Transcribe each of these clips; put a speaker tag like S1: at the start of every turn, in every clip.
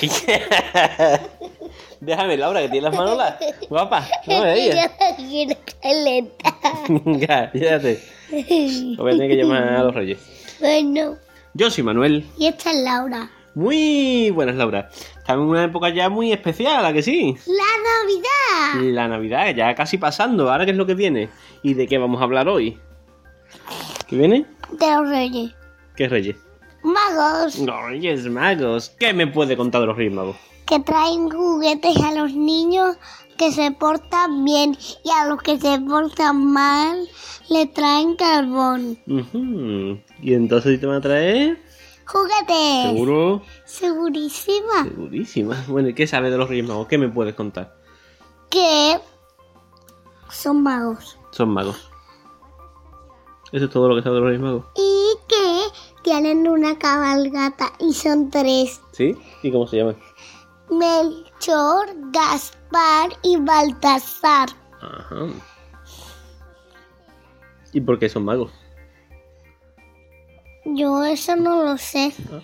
S1: ¿Qué? Déjame, Laura, que tiene las manos la- guapa. No me veía.
S2: Quiero caleta.
S1: Cállate. Voy a tener que llamar a los reyes.
S2: Bueno,
S1: Yo soy Manuel.
S2: y esta es Laura.
S1: Muy buenas, Laura. Estamos en una época ya muy especial, ¿a que sí?
S2: ¡La Navidad!
S1: La Navidad, ya casi pasando. ¿Ahora qué es lo que viene? ¿Y de qué vamos a hablar hoy? ¿Qué viene?
S2: De los Reyes.
S1: ¿Qué reyes?
S2: Magos
S1: Los reyes magos. ¿Qué me puede contar de los reyes magos?
S2: que traen juguetes a los niños que se portan bien y a los que se portan mal le traen carbón.
S1: Ujú. ¿Y entonces te van a traer?
S2: ¡Juguetes!
S1: Seguro.
S2: Segurísima
S1: Segurísima. Bueno, ¿y qué sabes de los reyes magos? ¿Qué me puedes contar?
S2: que son magos.
S1: Son magos. Eso es todo lo que sabes de los reyes magos.
S2: Y que tienen una cabalgata y son tres.
S1: ¿Sí? ¿Y cómo se llaman?
S2: Melchor, Gaspar y Baltasar.
S1: Ajá. ¿Y por qué son magos?
S2: Yo eso no lo sé.
S1: Ah.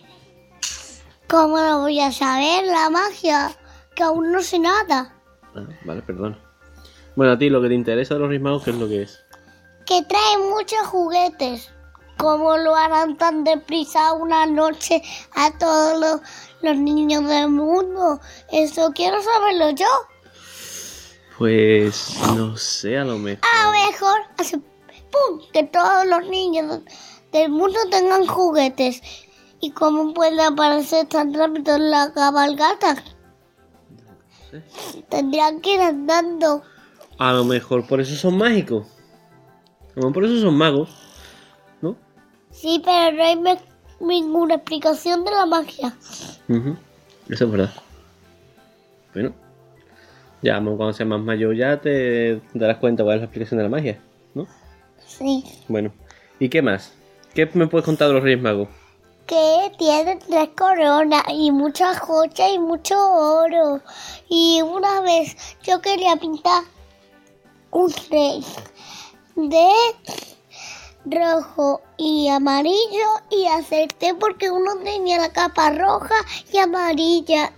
S2: ¿Cómo lo voy a saber? La magia, que aún no sé nada.
S1: Ah, vale, perdón. Bueno, a ti lo que te interesa de los reyes magos, ¿qué es lo que es?
S2: Que traen muchos juguetes. ¿Cómo lo harán tan deprisa una noche a todos los, los niños del mundo? Eso quiero saberlo yo.
S1: Pues no sé, a lo mejor.
S2: A lo mejor hace pum, que todos los niños del mundo tengan juguetes. ¿Y cómo puede aparecer tan rápido en la cabalgata? Tendrían que ir andando.
S1: A lo mejor por eso son mágicos. A lo mejor por eso son magos. ¿No?
S2: Sí, pero no hay me- ninguna explicación de la magia.
S1: Ujú, Eso es verdad. Bueno. Ya, mo- cuando seas más mayor ya te darás cuenta cuál es la explicación de la magia, ¿no?
S2: Sí.
S1: Bueno. ¿Y qué más? ¿Qué me puedes contar de los Reyes Magos?
S2: Que tienen tres coronas y muchas joyas y mucho oro. Y una vez yo quería pintar un rey de rojo y amarillo y acerté porque uno tenía la capa roja y amarilla.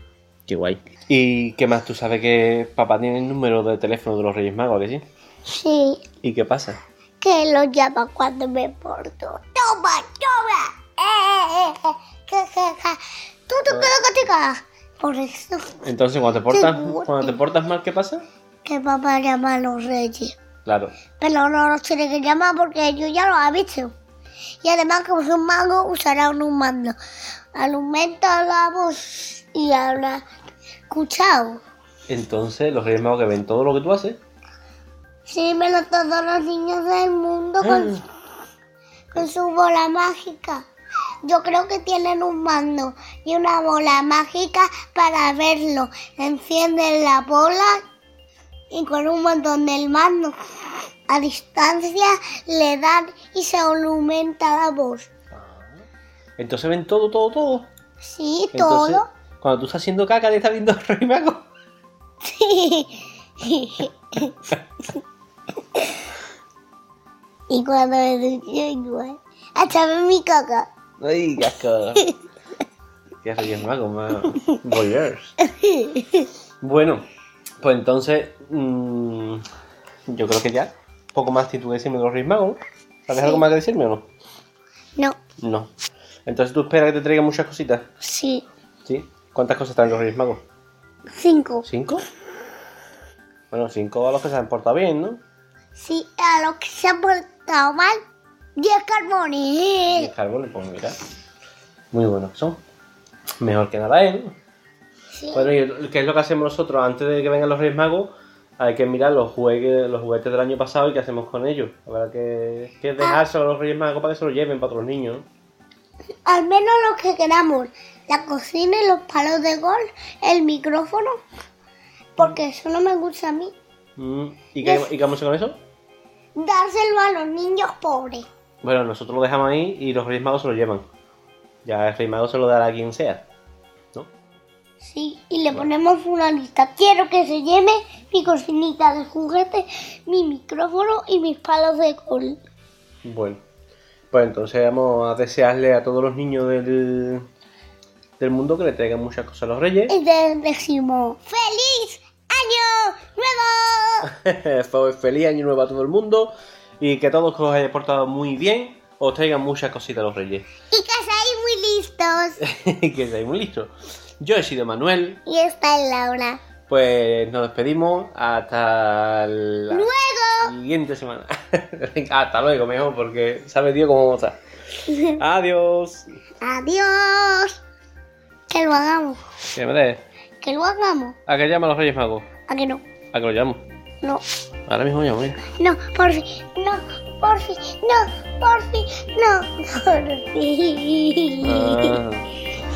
S1: Qué guay. ¿Y qué más? Tú sabes que papá tiene el número de teléfono de los Reyes Magos, ¿a que sí?
S2: Sí,
S1: ¿Y qué pasa?
S2: que lo llama cuando me porto. ¡Toma, toma! ¡Eh, eh, eh, eh! ¡Ja, ja, ja! ¡Tú te quedas contigo! Por eso
S1: Entonces, cuando te portas,
S2: guay.
S1: cuando te portas mal, ¿qué pasa?
S2: que papá llama a los reyes.
S1: Claro.
S2: Pero no los tiene que llamar porque ellos ya los han visto. Y además, como son magos, usarán un mando. Aumenta la voz y habrá escuchado.
S1: Entonces, los Reyes Magos que ven todo lo que tú haces.
S2: Sí, me lo todos los niños del mundo
S1: Mm.
S2: con,
S1: Ah,
S2: con su bola mágica. Yo creo que tienen un mando y una bola mágica para verlo. Encienden la bola y con un montón del mando a distancia le dan y se aumenta la voz.
S1: Entonces ven todo, todo, todo.
S2: Sí,
S1: Entonces,
S2: todo.
S1: cuando tú estás haciendo caca, le estás viendo a los Reyes Magos.
S2: y cuando me ducho igual. Hasta ver mi caca.
S1: Ay, qué asco. qué Reyes Magos, más voyeurs. Bueno, pues entonces, mm, yo creo que ya. Poco más si tú decirme de los Reyes Magos. ¿no? ¿Sabes
S2: Sí.
S1: algo más que decirme o no?
S2: No,
S1: No. Entonces tú esperas que te traigan muchas cositas.
S2: sí.
S1: ¿Sí? ¿Cuántas cosas traen los Reyes Magos?
S2: Cinco.
S1: ¿Cinco? Bueno, cinco a los que se han portado bien, ¿no?
S2: Sí, a los que se han portado mal, diez
S1: Y
S2: carbones.
S1: árboles, pues mira. Muy buenos son. Mejor que nada él.
S2: Sí.
S1: Bueno, y el- qué es lo que hacemos nosotros antes de que vengan los Reyes Magos. Hay que mirar los, juegue- los juguetes del año pasado y qué hacemos con ellos. Habrá que, que dejárselo a los Reyes Magos para que se lo lleven para otros niños.
S2: Al menos los que queramos. La cocina y los palos de gol, el micrófono. Porque eso no me gusta a mí.
S1: Mm, ¿Y qué, ¿Y qué vamos a hacer con eso?
S2: Dárselo a los niños pobres.
S1: Bueno, nosotros lo dejamos ahí y los Reyes Magos se lo llevan. Ya el Rey Mago se lo dará a quien sea. ¿No?
S2: Sí, y le ponemos una lista. Quiero que se lleve mi cocinita de juguete, mi micrófono y mis palos de gol.
S1: Bueno, pues entonces vamos a desearle a todos los niños del, del mundo que le traigan muchas cosas a los reyes.
S2: Y te decimos, ¡Feliz Año Nuevo!
S1: Fe- Feliz año nuevo a todo el mundo y que todos os hayáis portado muy bien. Os traigan muchas cositas a los reyes.
S2: Y que seáis muy listos.
S1: que seáis muy listos. Yo he sido Manuel.
S2: Y esta es Laura.
S1: Pues nos despedimos hasta la
S2: Luego.
S1: siguiente semana. Venga, hasta luego, mejor, porque sabe Dios cómo vamos a estar. Adiós.
S2: Adiós. Que lo hagamos.
S1: Que me des.
S2: Que lo hagamos.
S1: ¿A qué llama los Reyes Magos?
S2: ¿A que no?
S1: ¿A que lo llamo?
S2: No.
S1: Ahora mismo llamo, ¿eh? mira.
S2: No, por fin. No, por fin. No, por fin. No, por fin.
S1: Ah.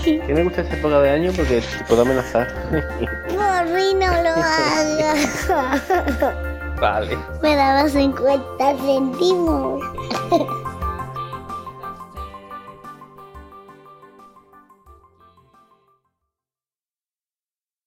S1: ¿Qué me gusta esta época de año? Porque te puedo amenazar.
S2: Por fin no lo hagas.
S1: vale.
S2: Me daba 50 centimos.